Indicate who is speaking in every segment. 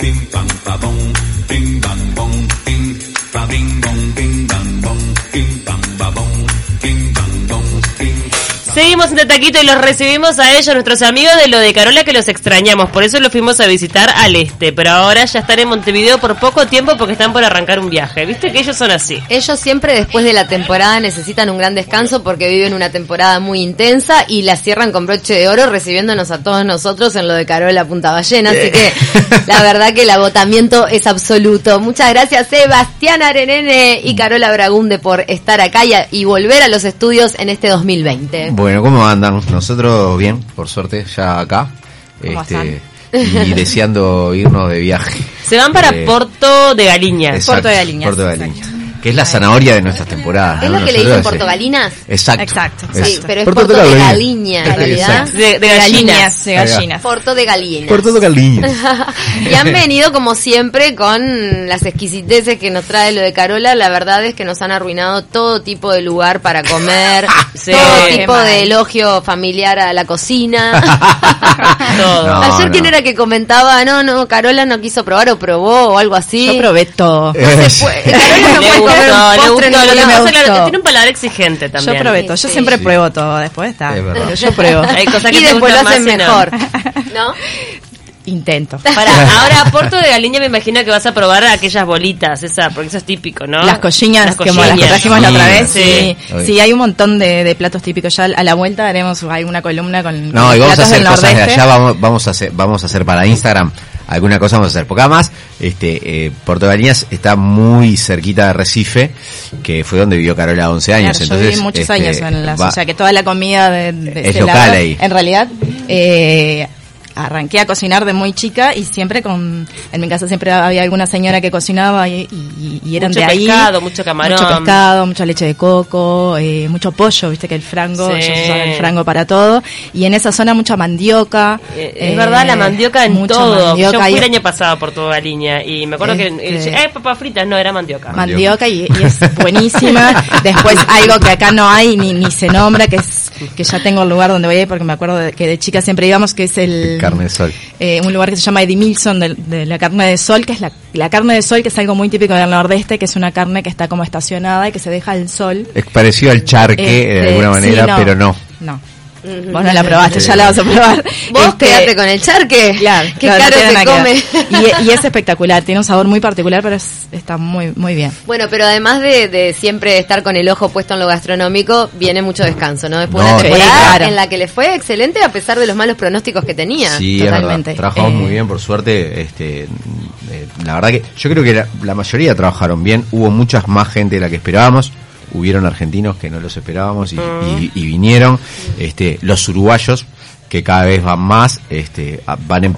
Speaker 1: pim pam pa bom, pim pam bom, pim pa bim bom, pim pam bom, pim pam pa bom, pim pam bom, pim.
Speaker 2: Seguimos en Taquito y los recibimos a ellos, nuestros amigos de lo de Carola, que los extrañamos. Por eso los fuimos a visitar al este. Pero ahora ya están en Montevideo por poco tiempo porque están por arrancar un viaje. Viste que ellos son así.
Speaker 3: Ellos siempre después de la temporada necesitan un gran descanso porque viven una temporada muy intensa y la cierran con broche de oro recibiéndonos a todos nosotros en lo de Carola Punta Ballena. Así que la verdad que el agotamiento es absoluto. Muchas gracias Sebastián Arenene y Carola Bragunde por estar acá y, a- y volver a los estudios en este 2020.
Speaker 4: Bueno, ¿cómo andan? Nosotros bien, por suerte, ya acá.
Speaker 3: ¿Cómo
Speaker 4: Este, y deseando irnos de viaje.
Speaker 2: Se van para
Speaker 4: Eh,
Speaker 2: Porto de Galiña.
Speaker 4: Exacto,
Speaker 5: Puerto de Galiñas,
Speaker 4: Puerto de
Speaker 5: exacto.
Speaker 4: Galiñas, Que es la zanahoria de nuestras temporadas.
Speaker 3: ¿Es
Speaker 4: ¿no?
Speaker 3: lo que le
Speaker 4: Nosotros
Speaker 3: dicen
Speaker 4: hace-
Speaker 3: portogalinas?
Speaker 4: Exacto.
Speaker 5: Exacto,
Speaker 4: Es-
Speaker 3: Sí, pero es
Speaker 4: Puerto
Speaker 3: Puerto,
Speaker 4: de
Speaker 3: de
Speaker 4: Galiñas.
Speaker 3: Galiña, en realidad.
Speaker 4: Exacto.
Speaker 2: De, de gallinas.
Speaker 4: Ahí
Speaker 5: de
Speaker 4: va.
Speaker 5: gallinas.
Speaker 3: Puerto de Galiña.
Speaker 4: Puerto de Galiñas.
Speaker 3: y han venido como siempre con las exquisiteces que nos trae lo de Carola. La verdad es que nos han arruinado todo tipo de lugar para comer,
Speaker 2: Sí.
Speaker 3: todo
Speaker 2: Qué
Speaker 3: tipo
Speaker 5: Ah, mal.
Speaker 3: de elogio familiar a la cocina.
Speaker 2: Todo.
Speaker 4: No,
Speaker 3: Ayer quién
Speaker 4: no.
Speaker 3: era que comentaba, no, no, Carola no quiso probar o probó o algo así.
Speaker 5: Yo probé todo.
Speaker 3: No se puede. Carola no
Speaker 2: Le
Speaker 3: puede
Speaker 2: gustó,
Speaker 3: comer
Speaker 2: le
Speaker 3: un postre
Speaker 2: gustó. Lo
Speaker 3: en ningún
Speaker 2: que
Speaker 3: lado.
Speaker 5: me
Speaker 2: pasa es que
Speaker 5: gustó.
Speaker 2: tiene un paladar exigente también.
Speaker 5: Yo probé todo. Yo
Speaker 3: Sí,
Speaker 5: siempre
Speaker 4: sí.
Speaker 5: pruebo todo. Después está.
Speaker 4: Es verdad.
Speaker 5: Pero yo pruebo.
Speaker 2: Hay cosas que
Speaker 3: y
Speaker 2: te
Speaker 3: después lo
Speaker 2: gustan
Speaker 3: hacen
Speaker 2: más y no.
Speaker 3: mejor. ¿No?
Speaker 5: Intento.
Speaker 2: Para, ahora a Porto de Galiña me imagino que vas a probar aquellas bolitas, esa, porque eso es típico, ¿no?
Speaker 5: Las collinas,
Speaker 2: Las
Speaker 5: como las que
Speaker 2: collinas.
Speaker 5: trajimos la otra vez.
Speaker 2: Sí.
Speaker 5: Sí,
Speaker 4: Obvio.
Speaker 5: Sí, hay un montón de, de platos típicos. Ya a la vuelta haremos alguna columna con con
Speaker 4: No, y vamos a
Speaker 5: platos
Speaker 4: hacer
Speaker 5: del
Speaker 4: cosas de
Speaker 5: nordeste.
Speaker 4: allá, vamos, vamos a hacer, vamos a hacer para Instagram alguna cosa vamos a hacer. Porque además, este, eh, Puerto Galiñas está muy cerquita de Recife, que fue donde vivió Carola 11 años.
Speaker 5: Claro,
Speaker 4: Entonces,
Speaker 5: yo viví muchos
Speaker 4: este,
Speaker 5: años en la
Speaker 4: va-
Speaker 5: o sea que toda la comida de, de
Speaker 4: Es
Speaker 5: ese
Speaker 4: local
Speaker 5: lado,
Speaker 4: ahí.
Speaker 5: en realidad eh, arranqué a cocinar de muy chica y siempre con en mi casa siempre había alguna señora que cocinaba y, y- y eran
Speaker 2: Mucho
Speaker 5: de ahí
Speaker 2: pescado, mucho camarón.
Speaker 5: mucho pescado mucha leche de coco eh, mucho pollo viste que el frango
Speaker 2: Sí.
Speaker 5: ellos usan el frango para todo y en esa zona mucha mandioca
Speaker 2: Eh, Es
Speaker 5: eh,
Speaker 2: verdad, la mandioca en
Speaker 5: mucha
Speaker 2: todo. Yo
Speaker 5: mandioca
Speaker 2: fui
Speaker 5: y-
Speaker 2: el año pasado por toda línea y me acuerdo que
Speaker 5: Este-
Speaker 2: eh, eh, papas fritas, no, era mandioca.
Speaker 4: Ah,
Speaker 5: mandioca y, y es buenísima. Después algo que acá no hay ni, ni se nombra, que es que ya tengo el lugar donde voy a ir porque me acuerdo de, que de chica siempre íbamos, que es el...
Speaker 4: Carne de sol.
Speaker 5: eh, un lugar que se llama Edimilson de, de la carne de sol, que es la, la carne de sol, que es algo muy típico del nordeste, que es una carne que está como estacionada y que se deja al sol.
Speaker 4: Es parecido al charque
Speaker 5: Este,
Speaker 4: de alguna
Speaker 5: sí,
Speaker 4: manera, pero no. Eh,
Speaker 5: No. Vos no la probaste, ya la vas a probar.
Speaker 3: Vos
Speaker 5: Este,
Speaker 3: quédate con el charque.
Speaker 5: Claro,
Speaker 3: Qué
Speaker 5: claro, no
Speaker 3: caro
Speaker 5: tiene
Speaker 3: se
Speaker 5: nada
Speaker 3: come.
Speaker 5: que ver. Y, y es espectacular, tiene un sabor muy particular, pero es- está muy muy bien.
Speaker 3: Bueno, pero además de, de siempre estar con el ojo puesto en lo gastronómico, viene mucho descanso, ¿no? Después de
Speaker 4: No,
Speaker 3: una
Speaker 4: sí,
Speaker 3: temporada
Speaker 5: claro.
Speaker 3: en la que le fue excelente a pesar de los malos pronósticos que tenía.
Speaker 4: Sí,
Speaker 5: totalmente.
Speaker 4: es verdad. Trabajamos
Speaker 5: Eh,
Speaker 4: muy bien, por suerte. Este, eh, la verdad que yo creo que la, la mayoría trabajaron bien. Hubo muchas más gente de la que esperábamos. Hubieron argentinos que no los esperábamos y, y- y vinieron. Este, los uruguayos que cada vez van más, este, a- van en-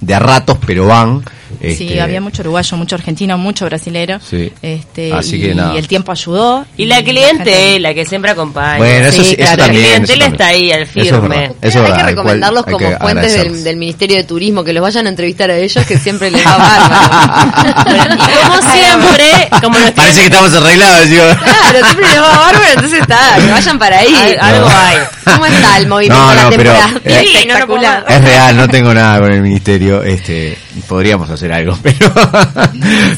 Speaker 4: de a ratos, pero van.
Speaker 5: sí,
Speaker 4: este,
Speaker 5: había mucho uruguayo, mucho argentino, mucho brasilero.
Speaker 4: Sí.
Speaker 5: Este,
Speaker 4: Así
Speaker 5: y,
Speaker 4: que nada.
Speaker 5: y el tiempo ayudó.
Speaker 2: Y la
Speaker 5: gente-
Speaker 2: clientela, que siempre acompaña.
Speaker 4: Bueno, eso,
Speaker 5: Sí,
Speaker 4: sí, eso
Speaker 5: claro.
Speaker 4: también.
Speaker 2: La clientela
Speaker 4: eso
Speaker 2: está ahí
Speaker 4: también.
Speaker 2: al
Speaker 4: Eso es
Speaker 2: firme.
Speaker 4: verdad, eso es
Speaker 3: hay
Speaker 4: verdad,
Speaker 3: que
Speaker 4: al cual
Speaker 3: recomendarlos
Speaker 4: hay
Speaker 3: como
Speaker 4: que
Speaker 3: fuentes del,
Speaker 4: agradecerles.
Speaker 3: del Ministerio de Turismo, que los vayan a entrevistar a ellos, que siempre les va bárbaro.
Speaker 2: Y como siempre, como nos
Speaker 4: Parece que
Speaker 2: tienen-
Speaker 4: estamos arreglados, digo.
Speaker 3: Claro, siempre les va bárbaro, entonces está, que vayan para ahí.
Speaker 2: Al- algo hay.
Speaker 3: ¿Cómo está el movimiento
Speaker 4: No,
Speaker 3: de la
Speaker 4: no, pero,
Speaker 3: temporada?
Speaker 4: eh,
Speaker 2: Sí, no lo puedo
Speaker 5: espectacular.
Speaker 2: más.
Speaker 4: Es real, no tengo nada con el ministerio. Este, podríamos hacer algo, pero,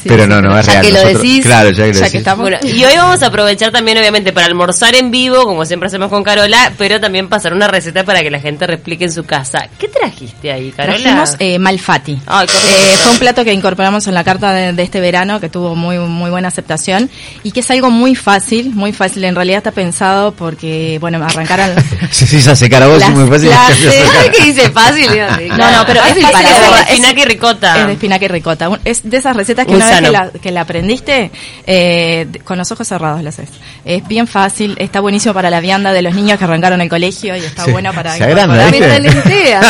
Speaker 4: pero no, no, es
Speaker 3: Ya
Speaker 4: real.
Speaker 3: que lo decís,
Speaker 4: claro, ya que lo
Speaker 5: ya que
Speaker 4: decís.
Speaker 5: estamos.
Speaker 2: Bueno, y hoy vamos a aprovechar también, obviamente, para almorzar en vivo, como siempre hacemos con Carola, pero también pasar una receta para que la gente replique en su casa. ¿Qué trajiste ahí, Carola?
Speaker 5: Trajimos eh, Malfatti.
Speaker 2: Ay, qué rico.
Speaker 5: Eh, fue un plato que incorporamos en la carta de, de este verano, que tuvo muy, muy buena aceptación y que es algo muy fácil, muy fácil. En realidad está pensado porque, bueno, arrancaron...
Speaker 4: Sí, sí, ya se cara vos, es
Speaker 5: Las
Speaker 4: muy fácil.
Speaker 5: clases.
Speaker 4: ya se cara.
Speaker 3: ¿Sabes qué dice fácil? Digo, sí,
Speaker 5: No,
Speaker 3: claro.
Speaker 5: no, pero
Speaker 3: fácil
Speaker 5: Ah, es fácil
Speaker 3: para
Speaker 5: hacer-
Speaker 3: vos.
Speaker 2: de espinaca y
Speaker 4: Ah.
Speaker 2: ricota.
Speaker 5: Es de espinaca y ricota. Un- Es de esas recetas que
Speaker 2: Muy
Speaker 5: una vez que
Speaker 2: sano.
Speaker 5: la, que la aprendiste, eh, de- con los ojos cerrados las haces. Es bien fácil, está buenísimo para la vianda de los niños que arrancaron el colegio y está
Speaker 4: Sí,
Speaker 5: bueno para...
Speaker 4: se agranda,
Speaker 5: incorporar.
Speaker 3: Me talentea.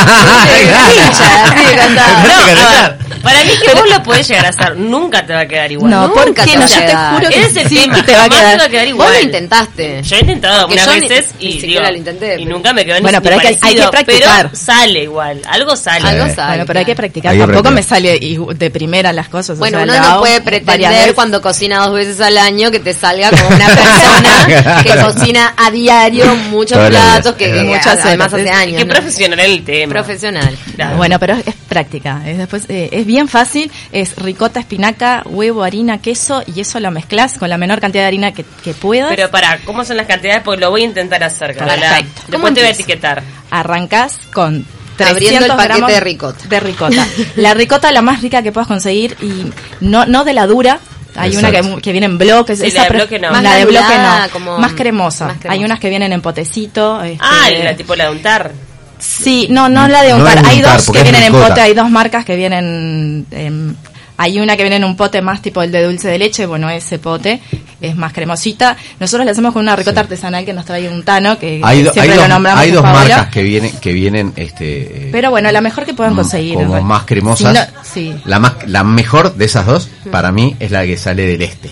Speaker 2: No,
Speaker 4: Aparte,
Speaker 2: a
Speaker 4: Carola,
Speaker 2: ver, para mí que vos lo podés llegar a hacer, nunca te va a quedar igual.
Speaker 5: No,
Speaker 3: Nunca
Speaker 5: porque
Speaker 3: te
Speaker 5: no,
Speaker 3: va a
Speaker 5: yo te
Speaker 3: quedar.
Speaker 5: juro que
Speaker 2: Ese es el
Speaker 5: sí
Speaker 2: tema,
Speaker 5: que te va a
Speaker 2: jamás
Speaker 5: quedar.
Speaker 2: te va a quedar
Speaker 3: Vos
Speaker 2: igual.
Speaker 3: lo intentaste.
Speaker 2: Yo he intentado
Speaker 3: Porque
Speaker 2: unas
Speaker 3: yo ni-
Speaker 2: veces
Speaker 3: ni
Speaker 2: y,
Speaker 3: siquiera
Speaker 2: digo,
Speaker 3: lo intenté,
Speaker 2: y
Speaker 3: pero-
Speaker 2: nunca me quedó ni-
Speaker 5: Bueno,
Speaker 2: ni
Speaker 5: pero hay que- hay
Speaker 2: parecido,
Speaker 5: que practicar.
Speaker 2: Pero sale igual, algo sale.
Speaker 3: Algo
Speaker 4: Sí.
Speaker 3: sale.
Speaker 5: Bueno, pero hay que practicar.
Speaker 4: Hay que
Speaker 5: Tampoco
Speaker 4: practicar.
Speaker 5: me sale igu- de primera las cosas. o
Speaker 3: Bueno,
Speaker 5: sea,
Speaker 3: uno
Speaker 5: la
Speaker 3: no
Speaker 5: hago
Speaker 3: puede
Speaker 5: varias veces.
Speaker 3: pretender cuando cocina dos veces al año que te salga como una persona que
Speaker 4: Claro.
Speaker 3: cocina a diario muchos
Speaker 4: Todos los días,
Speaker 3: platos que,
Speaker 4: es
Speaker 3: que
Speaker 4: verdad.
Speaker 3: muchas
Speaker 5: Muchas
Speaker 3: además
Speaker 5: horas.
Speaker 3: hace
Speaker 5: Es-
Speaker 3: años.
Speaker 2: Qué
Speaker 3: ¿no?
Speaker 2: profesional el tema.
Speaker 3: Profesional.
Speaker 2: Claro.
Speaker 5: Bueno, pero es práctica. Es después eh, eh, es bien fácil, es ricota, espinaca, huevo, harina, queso y eso lo mezclas con la menor cantidad de harina que, que puedas.
Speaker 2: Pero para, ¿cómo son las cantidades? Porque lo voy a intentar hacer. Carola.
Speaker 5: Perfecto.
Speaker 2: Después
Speaker 5: ¿Cómo
Speaker 2: te voy a
Speaker 5: empiezo?
Speaker 2: etiquetar.
Speaker 5: Arrancás con 300
Speaker 3: Abriendo el paquete
Speaker 5: gramos
Speaker 3: de ricota.
Speaker 5: de ricota. La ricota la más rica que puedas conseguir y no, no de la dura. Hay
Speaker 4: Exacto.
Speaker 5: una que, que viene en bloques.
Speaker 2: Sí,
Speaker 5: esa
Speaker 2: la de
Speaker 5: pre-
Speaker 2: bloque no.
Speaker 5: la
Speaker 3: Más
Speaker 5: de bloque
Speaker 3: granulada,
Speaker 5: no.
Speaker 3: como-
Speaker 5: más, cremosa.
Speaker 3: más cremosa.
Speaker 5: Hay unas que vienen en potecito. este,
Speaker 2: Ah, la tipo la de untar.
Speaker 5: Sí, no, no la de
Speaker 4: No
Speaker 5: untar.
Speaker 4: es
Speaker 5: hay
Speaker 4: untar,
Speaker 5: dos
Speaker 4: porque
Speaker 5: que
Speaker 4: es
Speaker 5: vienen en
Speaker 4: ricota.
Speaker 5: pote, hay dos marcas que vienen. em, hay una que viene en un pote más tipo el de dulce de leche, bueno, ese pote es más cremosita. Nosotros la hacemos con una ricota
Speaker 4: Sí.
Speaker 5: artesanal que nos trae un tano, que
Speaker 4: Hay, do-
Speaker 5: siempre
Speaker 4: hay
Speaker 5: lo
Speaker 4: dos,
Speaker 5: nombramos.
Speaker 4: hay
Speaker 5: con
Speaker 4: dos
Speaker 5: Paola.
Speaker 4: marcas que vienen, que vienen este, eh,
Speaker 5: Pero bueno, la mejor que puedan
Speaker 4: mm,
Speaker 5: conseguir. en
Speaker 4: como
Speaker 5: realidad.
Speaker 4: más cremosas.
Speaker 5: Si no- sí.
Speaker 4: La más, la mejor de esas dos, para mí, es la que sale del este.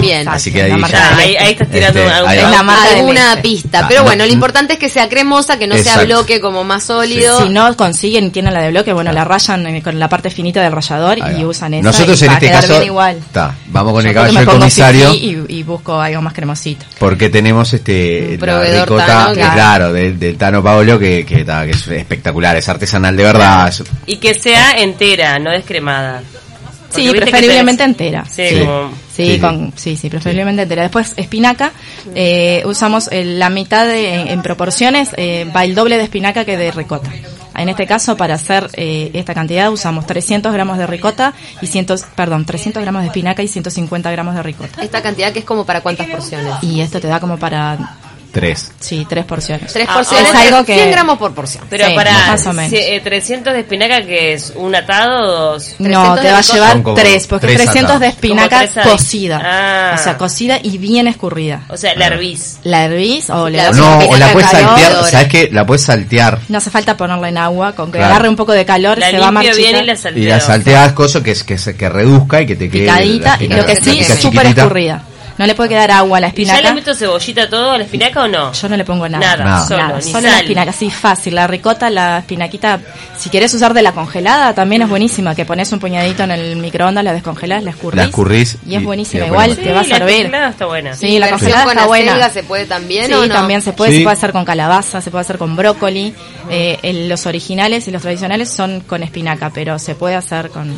Speaker 3: Bien.
Speaker 4: Así que ahí
Speaker 5: La
Speaker 4: ya-
Speaker 5: marca
Speaker 2: Ya, ahí, ahí estás tirando
Speaker 4: Este,
Speaker 2: algo.
Speaker 4: ahí
Speaker 5: Es la marca del
Speaker 3: alguna
Speaker 5: este.
Speaker 3: pista,
Speaker 4: Ah,
Speaker 3: pero
Speaker 4: no,
Speaker 3: bueno, lo
Speaker 4: mm.
Speaker 3: importante es que sea cremosa, que no sea
Speaker 4: Exacto.
Speaker 3: bloque como más sólido.
Speaker 5: Si no consiguen, tienen la de bloque, bueno, la rayan eh, con la parte finita del rallador
Speaker 4: Ahí
Speaker 5: y
Speaker 4: va.
Speaker 5: usan esa.
Speaker 4: Nosotros
Speaker 5: y
Speaker 4: en
Speaker 5: va a
Speaker 4: este
Speaker 5: quedar
Speaker 4: caso
Speaker 5: bien igual.
Speaker 4: ta, vamos con
Speaker 5: Yo
Speaker 4: el
Speaker 5: creo que
Speaker 4: caballo
Speaker 5: me
Speaker 4: del
Speaker 5: pongo
Speaker 4: comisario
Speaker 5: fifí Y, y busco algo más cremosito.
Speaker 4: porque tenemos este
Speaker 3: Un
Speaker 4: la
Speaker 3: proveedor
Speaker 4: ricota
Speaker 3: Tano,
Speaker 4: eh,
Speaker 3: claro.
Speaker 4: claro del, del Tano Paolo que que, ta, que es espectacular, es artesanal de verdad. es-
Speaker 2: Y que sea entera, no descremada. Porque
Speaker 5: Sí,
Speaker 2: viste que
Speaker 5: preferiblemente
Speaker 2: tenés-
Speaker 5: entera.
Speaker 2: Sí,
Speaker 4: Sí.
Speaker 2: como-
Speaker 5: Sí,
Speaker 4: Sí,
Speaker 5: con, sí, sí, preferiblemente entera. Después, espinaca, eh, usamos eh, la mitad de, en proporciones, eh, va el doble de espinaca que de ricota. En este caso, para hacer eh, esta cantidad, usamos 300 gramos de ricota y 100, perdón, 300 gramos de espinaca y 150 gramos de ricota.
Speaker 3: Esta cantidad que es como para cuántas porciones.
Speaker 5: Y esto te da como para,
Speaker 4: Tres.
Speaker 5: sí, tres porciones.
Speaker 3: Tres
Speaker 2: Ah,
Speaker 3: porciones,
Speaker 2: es
Speaker 5: algo que-
Speaker 3: 100 gramos por porción.
Speaker 2: Pero
Speaker 5: Sí,
Speaker 2: para
Speaker 5: más o menos.
Speaker 2: si- eh, 300 de espinaca, que es un atado, dos.
Speaker 5: No,
Speaker 3: 300
Speaker 5: te va a
Speaker 3: de
Speaker 5: llevar
Speaker 4: Son como
Speaker 5: tres, porque
Speaker 4: tres
Speaker 5: 300 de
Speaker 4: atados.
Speaker 2: Como
Speaker 5: espinaca
Speaker 2: tres ahí.
Speaker 5: cocida.
Speaker 2: Ah.
Speaker 5: O sea, cocida y bien escurrida.
Speaker 2: O sea, la hervís.
Speaker 5: La hervís o le
Speaker 3: Claro,
Speaker 5: das
Speaker 3: sí,
Speaker 4: No,
Speaker 3: porque
Speaker 4: o
Speaker 3: saca
Speaker 4: la puedes
Speaker 3: calor.
Speaker 4: saltear, ¿sabes qué? La puedes saltear
Speaker 5: No hace falta ponerla en agua, con que
Speaker 4: Claro.
Speaker 5: agarre un poco de calor,
Speaker 2: La
Speaker 5: se va a
Speaker 2: limpio bien y la
Speaker 5: marchitar.
Speaker 2: salteo.
Speaker 4: y la salteas cosa que es que se que reduzca y que te quede la
Speaker 5: Picadita, y
Speaker 4: espinaca-
Speaker 5: lo que
Speaker 4: la
Speaker 5: sí
Speaker 4: pica
Speaker 5: es súper
Speaker 4: chiquitita.
Speaker 5: escurrida. No le puede quedar agua a la
Speaker 2: ¿Y ya le
Speaker 5: espinaca.
Speaker 2: meto cebollita todo a la espinaca o no?
Speaker 5: Yo no le pongo nada.
Speaker 2: Nada,
Speaker 4: Nada.
Speaker 2: solo,
Speaker 5: Nada,
Speaker 2: ni
Speaker 5: solo
Speaker 2: sal.
Speaker 5: la espinaca, sí, fácil. La ricota, la espinaquita, si querés usar de la congelada, también es buenísima. Que pones un puñadito en el microondas, la descongelás, la escurrís.
Speaker 4: La escurrís
Speaker 5: Y es
Speaker 4: y-
Speaker 5: buenísima.
Speaker 4: y la
Speaker 5: Igual
Speaker 4: ponés.
Speaker 5: te va a
Speaker 2: Sí, la
Speaker 5: servir.
Speaker 2: congelada está buena.
Speaker 5: Sí, la
Speaker 3: versión
Speaker 5: congelada
Speaker 3: con
Speaker 5: está buena.
Speaker 3: acelga se puede también
Speaker 5: Sí,
Speaker 3: o no?
Speaker 5: también se puede,
Speaker 4: Sí.
Speaker 5: se puede hacer con calabaza, se puede hacer con brócoli. Eh, el- los originales y los tradicionales son con espinaca, pero se puede hacer con,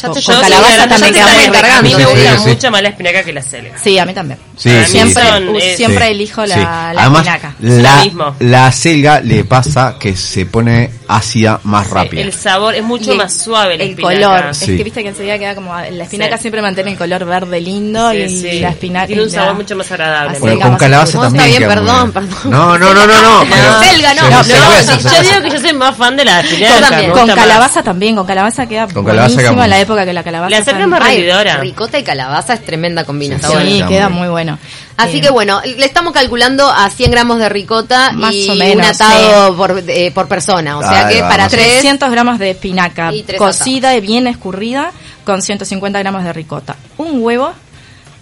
Speaker 3: Ya
Speaker 5: con,
Speaker 3: te-
Speaker 5: con
Speaker 3: yo
Speaker 5: calabaza
Speaker 3: sí, ya
Speaker 5: también
Speaker 3: te
Speaker 5: queda muy
Speaker 3: estaba
Speaker 5: rica.
Speaker 2: A mí me
Speaker 4: Sí,
Speaker 2: gusta
Speaker 4: sí.
Speaker 2: mucho más la espinaca que la selga.
Speaker 5: Sí, a mí también.
Speaker 4: Sí,
Speaker 2: Para
Speaker 4: sí,
Speaker 2: mí
Speaker 5: siempre
Speaker 2: son,
Speaker 5: u-
Speaker 2: eh,
Speaker 5: siempre
Speaker 4: Sí.
Speaker 5: elijo la,
Speaker 4: Sí.
Speaker 5: la
Speaker 4: Además,
Speaker 5: espinaca.
Speaker 2: Lo
Speaker 4: La,
Speaker 2: mismo.
Speaker 4: la selga le pasa que se pone ácida más rápido.
Speaker 2: El sabor es mucho
Speaker 5: Y el-
Speaker 2: más suave la
Speaker 5: el
Speaker 2: espinaca.
Speaker 5: color.
Speaker 4: Sí.
Speaker 5: Es que viste que enseguida queda como. La espinaca
Speaker 2: Sí.
Speaker 5: siempre mantiene el color verde lindo
Speaker 2: Sí,
Speaker 5: y
Speaker 2: sí.
Speaker 5: la espinaca.
Speaker 2: Tiene un
Speaker 5: y
Speaker 2: sabor
Speaker 5: la-
Speaker 2: mucho más agradable.
Speaker 5: la
Speaker 2: Bueno,
Speaker 5: selga
Speaker 4: con
Speaker 5: más
Speaker 4: calabaza
Speaker 5: oscura.
Speaker 3: Está
Speaker 4: también
Speaker 3: bien,
Speaker 4: queda muy
Speaker 3: perdón,
Speaker 4: bien.
Speaker 3: perdón.
Speaker 4: No, no, no, no, no. pero-
Speaker 3: Selga, no.
Speaker 4: Sí,
Speaker 3: No,
Speaker 4: selga
Speaker 3: no,
Speaker 4: es
Speaker 3: sí,
Speaker 4: así.
Speaker 2: Yo digo que yo soy más fan de la espinaca.
Speaker 3: también.
Speaker 2: me gusta
Speaker 5: Con
Speaker 2: más.
Speaker 5: calabaza también, con calabaza queda
Speaker 4: Con calabaza queda
Speaker 5: buenísima
Speaker 4: muy-
Speaker 5: la época que la calabaza.
Speaker 2: La selga
Speaker 5: fue-
Speaker 2: más
Speaker 3: Ay,
Speaker 2: Hervidora.
Speaker 3: ricota y calabaza es tremenda combinación.
Speaker 4: Está
Speaker 5: Sí,
Speaker 4: bueno.
Speaker 5: queda muy bueno.
Speaker 3: Así
Speaker 5: Eh,
Speaker 3: que bueno, le estamos calculando a 100 gramos de ricota
Speaker 5: Más
Speaker 3: y
Speaker 5: o menos,
Speaker 3: un atado por, eh, por persona. O sea
Speaker 4: Ahí
Speaker 3: que
Speaker 4: va,
Speaker 3: para
Speaker 4: más o
Speaker 3: tres,
Speaker 5: 300 gramos de espinaca
Speaker 3: Y tres
Speaker 5: cocida y bien escurrida con 150 gramos de ricota. Un huevo,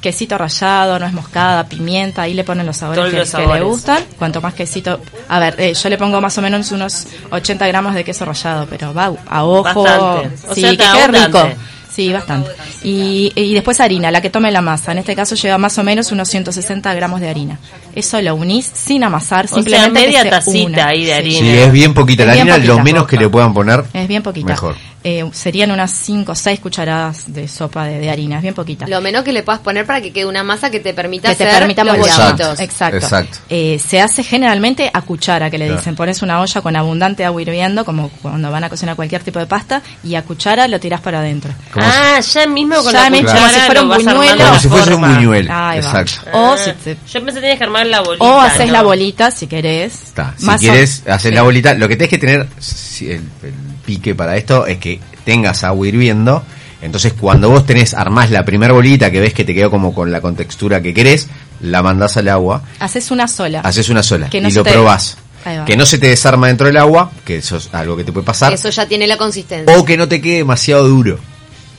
Speaker 5: quesito rallado, no es moscada, pimienta, ahí le ponen los sabores
Speaker 2: Todos
Speaker 5: que,
Speaker 2: los
Speaker 5: que le
Speaker 2: sabores.
Speaker 5: gustan. Cuanto más quesito... A ver, eh, yo le pongo más o menos unos 80 gramos de queso rallado, pero va a ojo.
Speaker 2: Bastante. O
Speaker 5: Sí,
Speaker 2: sea,
Speaker 5: que
Speaker 2: está
Speaker 5: quede
Speaker 2: abundante.
Speaker 5: rico. Sí, bastante. Y, y después harina, la que tome la masa. En este caso lleva más o menos unos 160 gramos de harina. Eso lo unís sin amasar,
Speaker 2: O sea,
Speaker 5: simplemente que
Speaker 2: media
Speaker 5: se
Speaker 2: tacita
Speaker 5: una.
Speaker 2: ahí de
Speaker 5: Sí.
Speaker 2: harina.
Speaker 4: Si es bien poquita
Speaker 5: Es
Speaker 4: la
Speaker 5: bien
Speaker 4: harina, lo
Speaker 5: poquita.
Speaker 4: menos que le puedan poner.
Speaker 5: Es bien poquita.
Speaker 4: Mejor.
Speaker 5: Eh, serían unas 5 o 6 cucharadas de sopa de, de harina, es bien poquita.
Speaker 3: lo menos que le puedas poner para que quede una masa que te permita
Speaker 5: que te
Speaker 3: hacer
Speaker 5: permita
Speaker 3: los
Speaker 5: moldear.
Speaker 4: Exacto,
Speaker 3: bollitos.
Speaker 5: Exacto.
Speaker 4: exacto.
Speaker 5: Eh, se hace generalmente a cuchara, que le
Speaker 4: Claro.
Speaker 5: dicen. Pones una olla con abundante agua hirviendo, como cuando van a cocinar cualquier tipo de pasta, y a cuchara lo tirás para adentro.
Speaker 4: Como
Speaker 2: ah, ya mismo con
Speaker 5: Ya
Speaker 2: la
Speaker 5: mismo,
Speaker 2: cuchara
Speaker 5: como si fuera un
Speaker 2: lo vas armando
Speaker 5: buñuelo.
Speaker 2: la
Speaker 4: Como si fuese un
Speaker 2: forma.
Speaker 4: buñuelo.
Speaker 5: Ahí va.
Speaker 4: Exacto.
Speaker 5: O,
Speaker 2: Ah,
Speaker 5: si te-
Speaker 2: Yo pensé que tenías que armar la bolita.
Speaker 5: o haces
Speaker 2: ¿no?
Speaker 5: la bolita, si querés.
Speaker 4: Está. Si
Speaker 5: Más o-
Speaker 4: quieres hacer la bolita, lo que tenés que tener si el, el pique para esto es que tengas agua hirviendo. Entonces, cuando vos tenés, armás la primer bolita que ves que te quedó como con la contextura que querés, la mandás al agua.
Speaker 5: Haces una sola.
Speaker 4: Haces una sola
Speaker 5: Que no
Speaker 4: y
Speaker 5: se
Speaker 4: lo
Speaker 5: te-
Speaker 4: probás.
Speaker 5: Ahí va.
Speaker 4: Que no se te desarma dentro del agua, que eso es algo que te puede pasar.
Speaker 3: Eso ya tiene la consistencia.
Speaker 4: O que no te quede demasiado duro.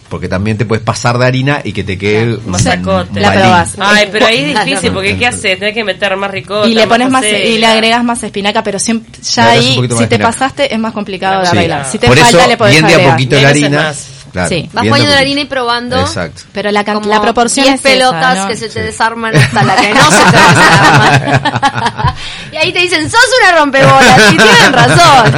Speaker 4: Porque también te puedes pasar de harina y que te quede un
Speaker 2: Más acote.
Speaker 5: La
Speaker 4: balín.
Speaker 5: probás.
Speaker 2: Ay, pero ahí es difícil,
Speaker 4: no.
Speaker 2: porque ¿qué haces? Tenés que meter más ricota.
Speaker 5: y le pones más
Speaker 2: acelga.
Speaker 5: y le agregas más espinaca pero siempre ya
Speaker 4: Le agregas un
Speaker 5: ahí
Speaker 4: poquito más
Speaker 5: si te
Speaker 4: espinaca.
Speaker 5: pasaste es más complicado de
Speaker 4: Sí.
Speaker 5: arreglar si te
Speaker 4: Por
Speaker 5: falta
Speaker 4: eso,
Speaker 5: le podés
Speaker 4: bien de a
Speaker 5: agregar.
Speaker 4: poquito la
Speaker 2: Menos es
Speaker 4: harina.
Speaker 2: más.
Speaker 4: claro.
Speaker 5: Sí.
Speaker 3: Vas
Speaker 4: Viendo
Speaker 3: poniendo la
Speaker 4: porque-
Speaker 3: harina y probando.
Speaker 4: Exacto.
Speaker 5: Pero la, can-
Speaker 3: Como
Speaker 5: la proporción
Speaker 3: 10
Speaker 5: es esa,
Speaker 3: pelotas
Speaker 5: ¿no?
Speaker 3: que se te
Speaker 4: Sí.
Speaker 3: desarman hasta la que no se te desarma. y ahí te dicen, sos una rompebolas. Y tienen razón.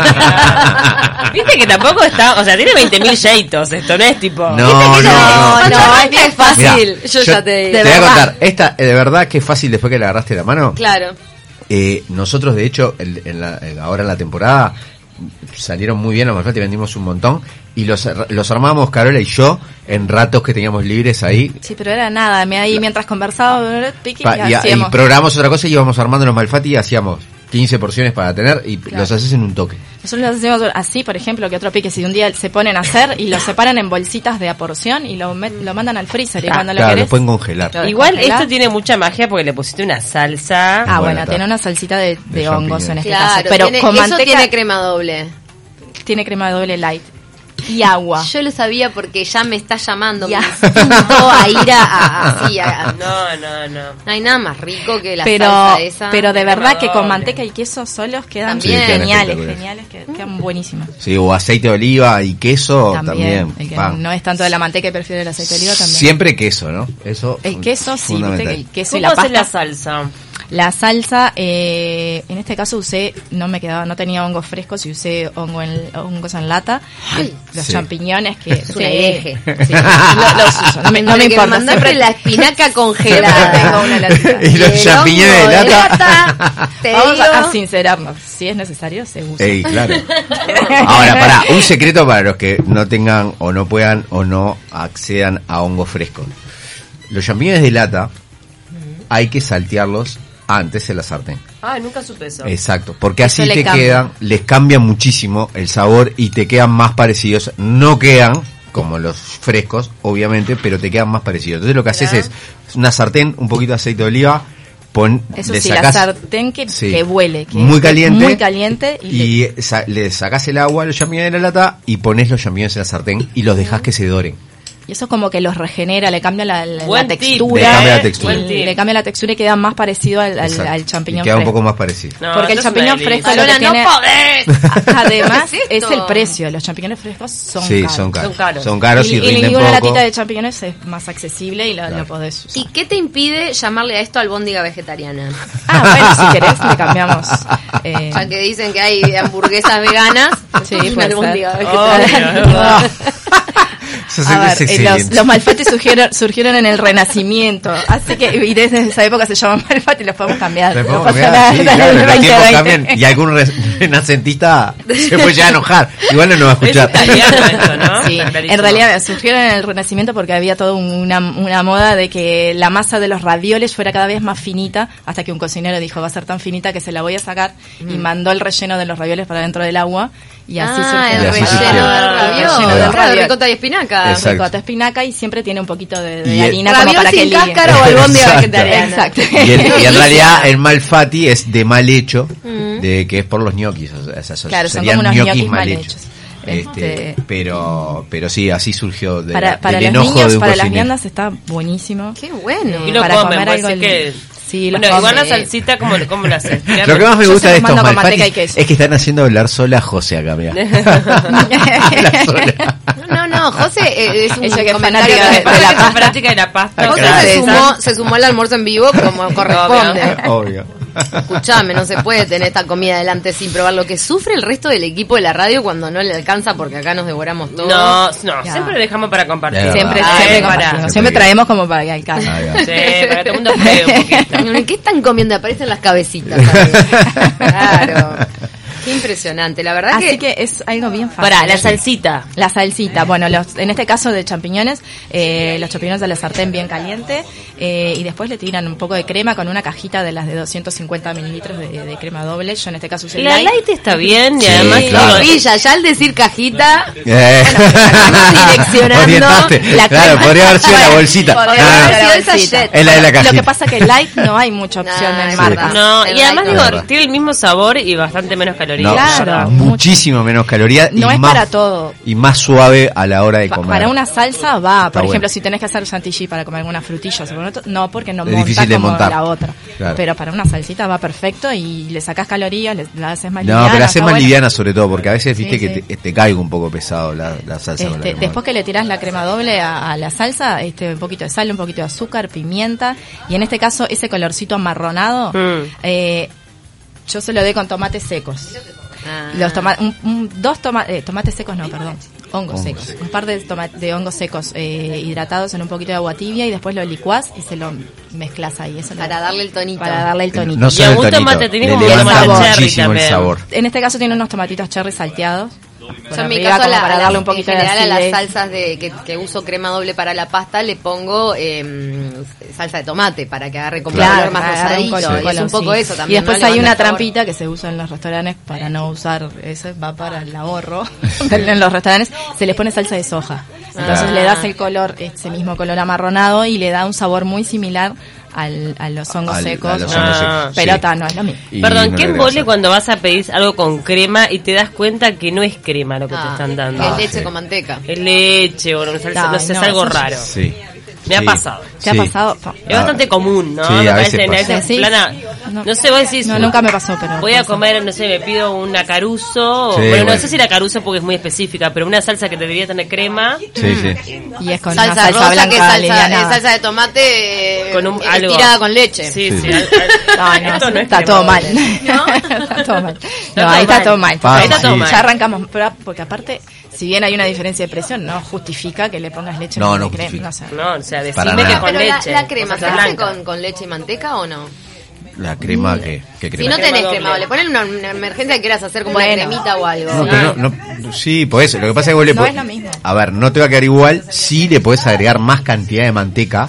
Speaker 2: Viste que tampoco está, o sea, tiene 20.000 yeitos, esto no es tipo...
Speaker 4: No, no,
Speaker 3: no,
Speaker 4: no, no.
Speaker 3: es que es
Speaker 5: Ah,
Speaker 3: fácil.
Speaker 4: Mirá,
Speaker 3: yo, ya te digo.
Speaker 4: voy a contar, esta eh, de verdad que es fácil después que le agarraste la mano.
Speaker 3: Claro.
Speaker 4: Eh, nosotros, de hecho, el- en la- en- ahora en la temporada salieron muy bien los y vendimos un montón. Y los, ar- los armamos Carola y yo en ratos que teníamos libres ahí.
Speaker 5: Sí, pero era nada, me ahí mientras conversaba, piqui,
Speaker 4: Pa-
Speaker 5: y
Speaker 4: y, a- y
Speaker 5: hacíamos.
Speaker 4: programamos otra cosa y íbamos armando los Malfati y hacíamos 15 porciones para tener y los haces en un toque.
Speaker 5: Nosotros los hacemos así, por ejemplo, que otro pique, si un día se ponen a hacer y lo separan en bolsitas de a porción y lo, met- lo mandan al freezer y cuando
Speaker 4: claro,
Speaker 5: lo
Speaker 4: los
Speaker 5: querés...
Speaker 4: pueden congelar.
Speaker 5: Claro.
Speaker 2: Igual
Speaker 5: Descongelar.
Speaker 2: esto tiene mucha magia porque le pusiste una salsa.
Speaker 5: Ah, bueno,
Speaker 4: Bueno,
Speaker 5: tiene
Speaker 4: está.
Speaker 5: una salsita de, de
Speaker 4: De
Speaker 5: hongos en
Speaker 4: champiñones.
Speaker 5: este
Speaker 3: Claro,
Speaker 5: caso, pero
Speaker 3: tiene-
Speaker 5: con
Speaker 3: eso
Speaker 5: manteca
Speaker 3: tiene crema doble.
Speaker 5: tiene crema doble light y agua.
Speaker 3: Yo lo sabía porque ya me está llamando.
Speaker 5: Ya.
Speaker 3: Me instinto a ir a, a- así,
Speaker 4: Ah.
Speaker 3: a- no.
Speaker 2: No, no, no.
Speaker 3: hay nada más rico que la
Speaker 5: pero,
Speaker 3: salsa esa.
Speaker 5: pero de verdad que con
Speaker 2: doble.
Speaker 5: manteca y queso solos quedan
Speaker 3: También. Sí, quedan
Speaker 5: geniales,
Speaker 4: espectaculares.
Speaker 5: geniales, que quedan buenísimas.
Speaker 4: Sí, o aceite de oliva y queso
Speaker 5: También,
Speaker 4: Oh, también.
Speaker 5: el que
Speaker 4: pa.
Speaker 5: no es tanto de la manteca y prefiero el aceite de oliva también.
Speaker 4: Siempre queso, ¿no? Eso
Speaker 5: El queso, sí, viste que
Speaker 4: fundamental.
Speaker 5: el queso y
Speaker 2: ¿Cómo
Speaker 5: la
Speaker 2: haces la
Speaker 5: pasta.
Speaker 2: salsa?
Speaker 5: La salsa, eh, en este caso usé, no me quedaba, no tenía hongos frescos y usé hongo en- hongos en lata.
Speaker 3: Ay.
Speaker 5: los
Speaker 4: Sí.
Speaker 5: champiñones que...
Speaker 3: Es una hereje.
Speaker 5: Sí, lo- los uso, no me, no me
Speaker 3: Porque
Speaker 5: importa.
Speaker 3: Me mandaste
Speaker 5: siempre-
Speaker 3: la espinaca congelada.
Speaker 5: Tengo una latita.
Speaker 4: Y los
Speaker 3: el
Speaker 4: champiñones de
Speaker 3: hongo
Speaker 4: lata.
Speaker 3: lata, te
Speaker 5: Vamos a, a
Speaker 3: digo.
Speaker 5: sincerarnos. Si es necesario, se usa.
Speaker 4: Ey, claro. Ahora, pará, un secreto para los que no tengan o no puedan o no accedan a hongo fresco. Los champiñones de lata hay que saltearlos antes en la sartén.
Speaker 2: Ah, nunca supe eso.
Speaker 4: Exacto, porque
Speaker 3: Eso
Speaker 4: así
Speaker 3: le
Speaker 4: te
Speaker 3: cambia.
Speaker 4: quedan, les cambia muchísimo el sabor y te quedan más parecidos. No quedan como los frescos, obviamente, pero te quedan más parecidos. Entonces lo que haces es una sartén, un poquito de aceite de oliva, pon,
Speaker 5: Eso
Speaker 4: le
Speaker 5: sí, la
Speaker 4: sacás-
Speaker 5: sartén que,
Speaker 4: Sí.
Speaker 5: que huele. Que
Speaker 4: muy caliente.
Speaker 5: Muy caliente. Y,
Speaker 4: Y, sa- le sacás el agua a los champiñones de la lata y pones los champiñones en la sartén y los dejás que se doren.
Speaker 5: y eso como que los regenera, le cambia la, la-
Speaker 2: Buen
Speaker 5: la
Speaker 2: tip,
Speaker 5: textura.
Speaker 4: Le cambia
Speaker 2: ¿eh?
Speaker 4: la textura.
Speaker 2: Buen tip.
Speaker 5: Le cambia la textura y queda más parecido al, al,
Speaker 4: Exacto.
Speaker 5: al champiñón
Speaker 4: Y queda un
Speaker 5: fresco.
Speaker 4: poco más parecido.
Speaker 2: No,
Speaker 5: Porque el
Speaker 2: esto es una
Speaker 5: champiñón
Speaker 2: delicia.
Speaker 5: fresco lo que
Speaker 3: Lola, no
Speaker 5: tiene-
Speaker 3: podés.
Speaker 5: Además,
Speaker 3: ¿Qué es
Speaker 5: es
Speaker 3: esto?
Speaker 5: el precio. Los champiñones frescos son
Speaker 4: sí,
Speaker 5: caros.
Speaker 4: son caros.
Speaker 2: Son caros.
Speaker 4: Son caros y,
Speaker 5: y, y
Speaker 4: rinden
Speaker 5: una
Speaker 4: poco.
Speaker 5: latita de champiñones es más accesible y la, la podés usar.
Speaker 3: ¿Y qué te impide llamarle a esto albóndiga vegetariana?
Speaker 5: Ah, bueno, si querés, le cambiamos. eh,
Speaker 3: Ya que dicen que hay hamburguesas veganas,
Speaker 5: Sí,
Speaker 3: una
Speaker 5: puede ser. Oh,
Speaker 3: albóndiga vegetariana.
Speaker 2: Obvio.
Speaker 4: Eso Ah, sí
Speaker 5: A
Speaker 4: que
Speaker 5: ver,
Speaker 4: es
Speaker 5: eh, los,
Speaker 4: excelente.
Speaker 5: los malfates surgieron, surgieron en el Renacimiento, así que y desde esa época se llaman malfates y los podemos cambiar.
Speaker 4: Le
Speaker 5: no
Speaker 4: podemos
Speaker 5: pasa
Speaker 4: cambiar,
Speaker 5: nada,
Speaker 4: sí,
Speaker 5: está en
Speaker 4: claro,
Speaker 5: el
Speaker 4: los tiempos
Speaker 5: 2020.
Speaker 4: cambian y algún re- renacentista se puede llegar a enojar. Igual no nos va a escuchar.
Speaker 2: Es italiano esto,
Speaker 4: ¿Ah?
Speaker 2: ¿no?
Speaker 5: Sí,
Speaker 2: Clarísimo.
Speaker 5: en realidad surgieron en el Renacimiento porque había toda un- una, una moda de que la masa de los ravioles fuera cada vez más finita, hasta que un cocinero dijo va a ser tan finita que se la voy a sacar y
Speaker 4: Mm.
Speaker 5: mandó el relleno de los ravioles para dentro del agua y así
Speaker 3: Ah,
Speaker 5: surgió
Speaker 3: el
Speaker 4: Y así surgió.
Speaker 3: relleno del
Speaker 5: El
Speaker 3: raviol.
Speaker 5: relleno del
Speaker 3: Claro,
Speaker 5: raviol.
Speaker 3: ricota y espinaca.
Speaker 4: Exacto.
Speaker 5: Ricota, espinaca y siempre tiene un poquito de, de
Speaker 4: Y el-
Speaker 5: harina como
Speaker 3: Raviol
Speaker 5: para que
Speaker 3: sin
Speaker 5: ligue.
Speaker 3: cáscara o albóndiga
Speaker 4: Exacto.
Speaker 3: vegetariana.
Speaker 5: Exacto.
Speaker 4: Y, el- y en realidad el malfati es de mal hecho, de que es por los ñoquis. O sea,
Speaker 5: Mm. Claro, son
Speaker 4: serían
Speaker 5: como unos
Speaker 4: ñoquis
Speaker 5: ñoquis
Speaker 4: mal
Speaker 5: mal
Speaker 4: hechos.
Speaker 5: hechos.
Speaker 4: Este,
Speaker 5: Este-
Speaker 4: pero, pero sí, así surgió de-
Speaker 5: para, para
Speaker 4: del
Speaker 5: los
Speaker 4: enojo
Speaker 5: niños,
Speaker 4: de un
Speaker 5: para las
Speaker 4: cocinero.
Speaker 5: viandas está buenísimo.
Speaker 3: Qué bueno.
Speaker 2: Y lo
Speaker 5: eh, para
Speaker 2: comen,
Speaker 5: comer
Speaker 2: pues,
Speaker 5: algo
Speaker 2: así que...
Speaker 5: Sí, los
Speaker 2: bueno, igual la
Speaker 5: comen.
Speaker 2: salsita, ¿cómo, cómo la haces?
Speaker 4: Lo que más me
Speaker 5: Yo
Speaker 4: gusta de
Speaker 5: se los
Speaker 4: estos
Speaker 5: mando con manteca y
Speaker 4: malfatis
Speaker 5: queso.
Speaker 4: es que están haciendo hablar sola a José acá, mirá. Habla sola.
Speaker 3: No, no, José eh, es un
Speaker 5: Ella que es
Speaker 3: comentario
Speaker 5: fanática
Speaker 3: que-
Speaker 5: de- de la
Speaker 2: la práctica de la pasta.
Speaker 3: José
Speaker 4: Ah, Claro.
Speaker 3: se sumó, se sumó al almuerzo en vivo como corresponde.
Speaker 4: Obvio.
Speaker 3: eh, Escuchame, no se puede tener esta comida delante sin probar lo que sufre el resto del equipo de la radio cuando no le alcanza porque acá nos devoramos todo.
Speaker 2: No, no, siempre dejamos para compartir.
Speaker 4: Es
Speaker 5: Siempre,
Speaker 4: verdad.
Speaker 2: Ay,
Speaker 5: siempre,
Speaker 4: Eh,
Speaker 2: para.
Speaker 5: compartimos,
Speaker 4: pará.
Speaker 5: siempre traemos como para que alcance.
Speaker 4: Ahí va.
Speaker 2: Sí, para que todo el mundo pruebe un poquito.
Speaker 3: ¿Qué están comiendo? Aparecen las cabecitas. ahí. claro. Qué impresionante. La verdad
Speaker 5: Así
Speaker 3: que...
Speaker 5: que es algo bien fácil.
Speaker 2: Pará, la salsita.
Speaker 5: La salsita, bueno, los, en este caso de champiñones, eh, los champiñones de la sartén bien caliente eh, y después le tiran un poco de crema con una cajita de las de 250 mililitros de, de crema doble. Yo en este caso usé
Speaker 2: La light está bien y
Speaker 4: Sí,
Speaker 2: además...
Speaker 4: claro.
Speaker 2: digo,
Speaker 3: Villa, ya al decir cajita,
Speaker 4: Eh.
Speaker 3: direccionando
Speaker 4: Orientaste.
Speaker 5: la
Speaker 4: claro,
Speaker 5: crema.
Speaker 4: podría haber sido la bolsita.
Speaker 5: Podría
Speaker 4: Ah,
Speaker 5: haber sido
Speaker 3: Ah.
Speaker 5: esa
Speaker 3: Bolsita.
Speaker 5: jet.
Speaker 4: Es la de la cajita.
Speaker 5: Lo que pasa que light no hay mucha opción
Speaker 3: Nah,
Speaker 5: en
Speaker 3: es
Speaker 5: Marta.
Speaker 3: verdad.
Speaker 2: No,
Speaker 3: El
Speaker 2: y además
Speaker 3: light
Speaker 4: no.
Speaker 2: digo, tiene el mismo sabor y bastante menos calorías.
Speaker 4: No,
Speaker 5: Claro.
Speaker 4: muchísimo menos calorías.
Speaker 5: No
Speaker 4: y
Speaker 5: es
Speaker 4: más,
Speaker 5: para todo.
Speaker 4: Y más suave a la hora de
Speaker 5: Pa-
Speaker 4: comer.
Speaker 5: Para una salsa va,
Speaker 4: Está
Speaker 5: por ejemplo,
Speaker 4: bueno.
Speaker 5: si tenés que hacer chantilly para comer algunas frutillas, por otro- no, porque no
Speaker 4: Es
Speaker 5: monta
Speaker 4: difícil de
Speaker 5: como
Speaker 4: montar.
Speaker 5: la otra.
Speaker 4: Claro.
Speaker 5: Pero para una salsita va perfecto y le sacás calorías, le, la haces más liviana.
Speaker 4: No, pero hace
Speaker 5: está
Speaker 4: más
Speaker 5: bueno.
Speaker 4: liviana sobre todo, porque a veces
Speaker 5: Sí,
Speaker 4: viste que
Speaker 5: sí.
Speaker 4: te, te caigo un poco pesado la, la salsa. con la
Speaker 5: Este,
Speaker 4: que
Speaker 5: después
Speaker 4: comes.
Speaker 5: que le tirás la crema doble a, a la salsa, este, un poquito de sal, un poquito de azúcar, pimienta y en este caso ese colorcito amarronado,
Speaker 2: Mm.
Speaker 5: eh, yo se lo doy con tomates secos.
Speaker 3: Ah.
Speaker 5: Los toma- un- un- dos toma- eh, tomates secos, no, perdón, hongos
Speaker 4: Hongos
Speaker 5: secos.
Speaker 4: secos.
Speaker 5: Un par de, toma- de hongos secos eh, hidratados en un poquito de agua tibia y después lo licuás y se lo mezclas ahí. Eso lo-
Speaker 3: Para darle el tonito.
Speaker 5: Para darle el tonito.
Speaker 4: Eh, No solo
Speaker 2: Y
Speaker 4: el
Speaker 2: a gusto
Speaker 4: tonito,
Speaker 2: mate, tenés
Speaker 4: le
Speaker 2: como
Speaker 4: levanta
Speaker 5: tomate cherry
Speaker 4: muchísimo el
Speaker 2: también.
Speaker 4: sabor.
Speaker 5: En este caso tiene unos tomatitos cherry salteados. por
Speaker 3: Yo en mi
Speaker 5: arriba,
Speaker 3: caso, a
Speaker 5: como
Speaker 3: la-
Speaker 5: para
Speaker 3: a
Speaker 5: darle
Speaker 3: las-
Speaker 5: un poquito
Speaker 3: en
Speaker 5: de
Speaker 3: general a
Speaker 5: acidez.
Speaker 3: las salsas de, que, que uso crema doble para la pasta le pongo eh, salsa de tomate para que agarre como un
Speaker 5: Claro,
Speaker 3: color más
Speaker 5: agarra un
Speaker 3: rosadito.
Speaker 5: color,
Speaker 3: es un
Speaker 5: sí.
Speaker 3: poco eso
Speaker 5: Y
Speaker 3: también.
Speaker 5: después
Speaker 3: ¿no?
Speaker 5: hay
Speaker 3: Levanta
Speaker 5: una
Speaker 3: el sabor.
Speaker 5: trampita que se usa en los restaurantes para no usar, ese va para el ahorro. en los restaurantes se les pone salsa de soja. Entonces
Speaker 3: Ah.
Speaker 5: le das el color, ese mismo color amarronado y le da un sabor muy similar al, a los hongos
Speaker 4: Al- a
Speaker 5: secos.
Speaker 4: los
Speaker 2: Ah,
Speaker 4: hongos secos,
Speaker 5: Pero
Speaker 4: sí.
Speaker 5: ta, no es lo mismo.
Speaker 4: Y
Speaker 2: Perdón,
Speaker 4: no
Speaker 2: ¿qué
Speaker 4: le
Speaker 2: embole
Speaker 4: agregas
Speaker 2: cuando vas a pedir algo con crema y te das cuenta que no es crema lo que te
Speaker 3: Ah,
Speaker 2: están
Speaker 3: y
Speaker 2: dando?
Speaker 3: el leche
Speaker 4: sí.
Speaker 3: con manteca.
Speaker 2: Es leche o no, salsa,
Speaker 5: Ay,
Speaker 2: no sé, es
Speaker 5: no,
Speaker 2: algo
Speaker 5: eso-
Speaker 2: raro.
Speaker 4: sal. Sí.
Speaker 2: Me ha
Speaker 4: Sí.
Speaker 2: pasado.
Speaker 5: ¿Te ha
Speaker 4: Sí.
Speaker 5: pasado? Pa-
Speaker 2: Es bastante común, ¿no?
Speaker 4: Sí,
Speaker 2: me
Speaker 4: a
Speaker 2: parece,
Speaker 4: veces
Speaker 2: en
Speaker 4: pasa.
Speaker 2: esa
Speaker 5: Sí.
Speaker 2: plana. No,
Speaker 5: No.
Speaker 2: sé, vos decís.
Speaker 5: No, nunca me pasó, pero
Speaker 2: Voy a
Speaker 5: pasa.
Speaker 2: comer, no sé, me pido una caruso. o-
Speaker 4: Sí,
Speaker 2: bueno, no
Speaker 4: bueno.
Speaker 2: sé si la caruso porque es muy específica, pero una salsa que debería tener crema.
Speaker 4: Sí, sí.
Speaker 5: Y es con
Speaker 3: Salsa,
Speaker 5: una salsa
Speaker 3: rosa
Speaker 5: blanca
Speaker 3: que es salsa,
Speaker 5: liviana.
Speaker 3: es salsa de tomate eh,
Speaker 2: Con un, algo.
Speaker 3: estirada con leche. Ah.
Speaker 2: Sí, sí.
Speaker 4: Sí.
Speaker 2: al- al-
Speaker 5: Ay, no,
Speaker 2: esto no es
Speaker 5: está
Speaker 2: crema,
Speaker 5: todo mal.
Speaker 2: doble.
Speaker 5: está todo mal.
Speaker 2: Está
Speaker 5: No,
Speaker 2: todo
Speaker 5: ahí
Speaker 2: mal.
Speaker 5: está todo mal.
Speaker 4: Pan,
Speaker 5: Ahí está
Speaker 4: sí.
Speaker 5: todo mal. Ya arrancamos, pero- porque aparte, si bien hay una diferencia de precio, no justifica que le pongas leche
Speaker 4: No,
Speaker 5: en
Speaker 4: no
Speaker 5: crema,
Speaker 4: justifica.
Speaker 5: sé.
Speaker 2: No, o sea,
Speaker 4: Para
Speaker 2: decime
Speaker 4: nada.
Speaker 2: que
Speaker 3: Ah,
Speaker 2: con
Speaker 3: pero la,
Speaker 2: leche.
Speaker 3: la crema, ¿se
Speaker 2: salsa
Speaker 3: hace
Speaker 2: blanca.
Speaker 3: con, con leche y manteca o no?
Speaker 4: La crema que, que
Speaker 3: Si
Speaker 4: crema.
Speaker 3: no
Speaker 2: Crema
Speaker 3: tenés
Speaker 2: doble.
Speaker 3: crema, le ponen una, una emergencia que quieras hacer como una
Speaker 5: Bueno.
Speaker 3: cremita o algo.
Speaker 4: No, pero no, no- sí, por eso. Lo que pasa es que vos le
Speaker 5: No
Speaker 4: po-
Speaker 5: es lo mismo.
Speaker 4: A ver, no te va a quedar igual si le podés agregar más cantidad de manteca,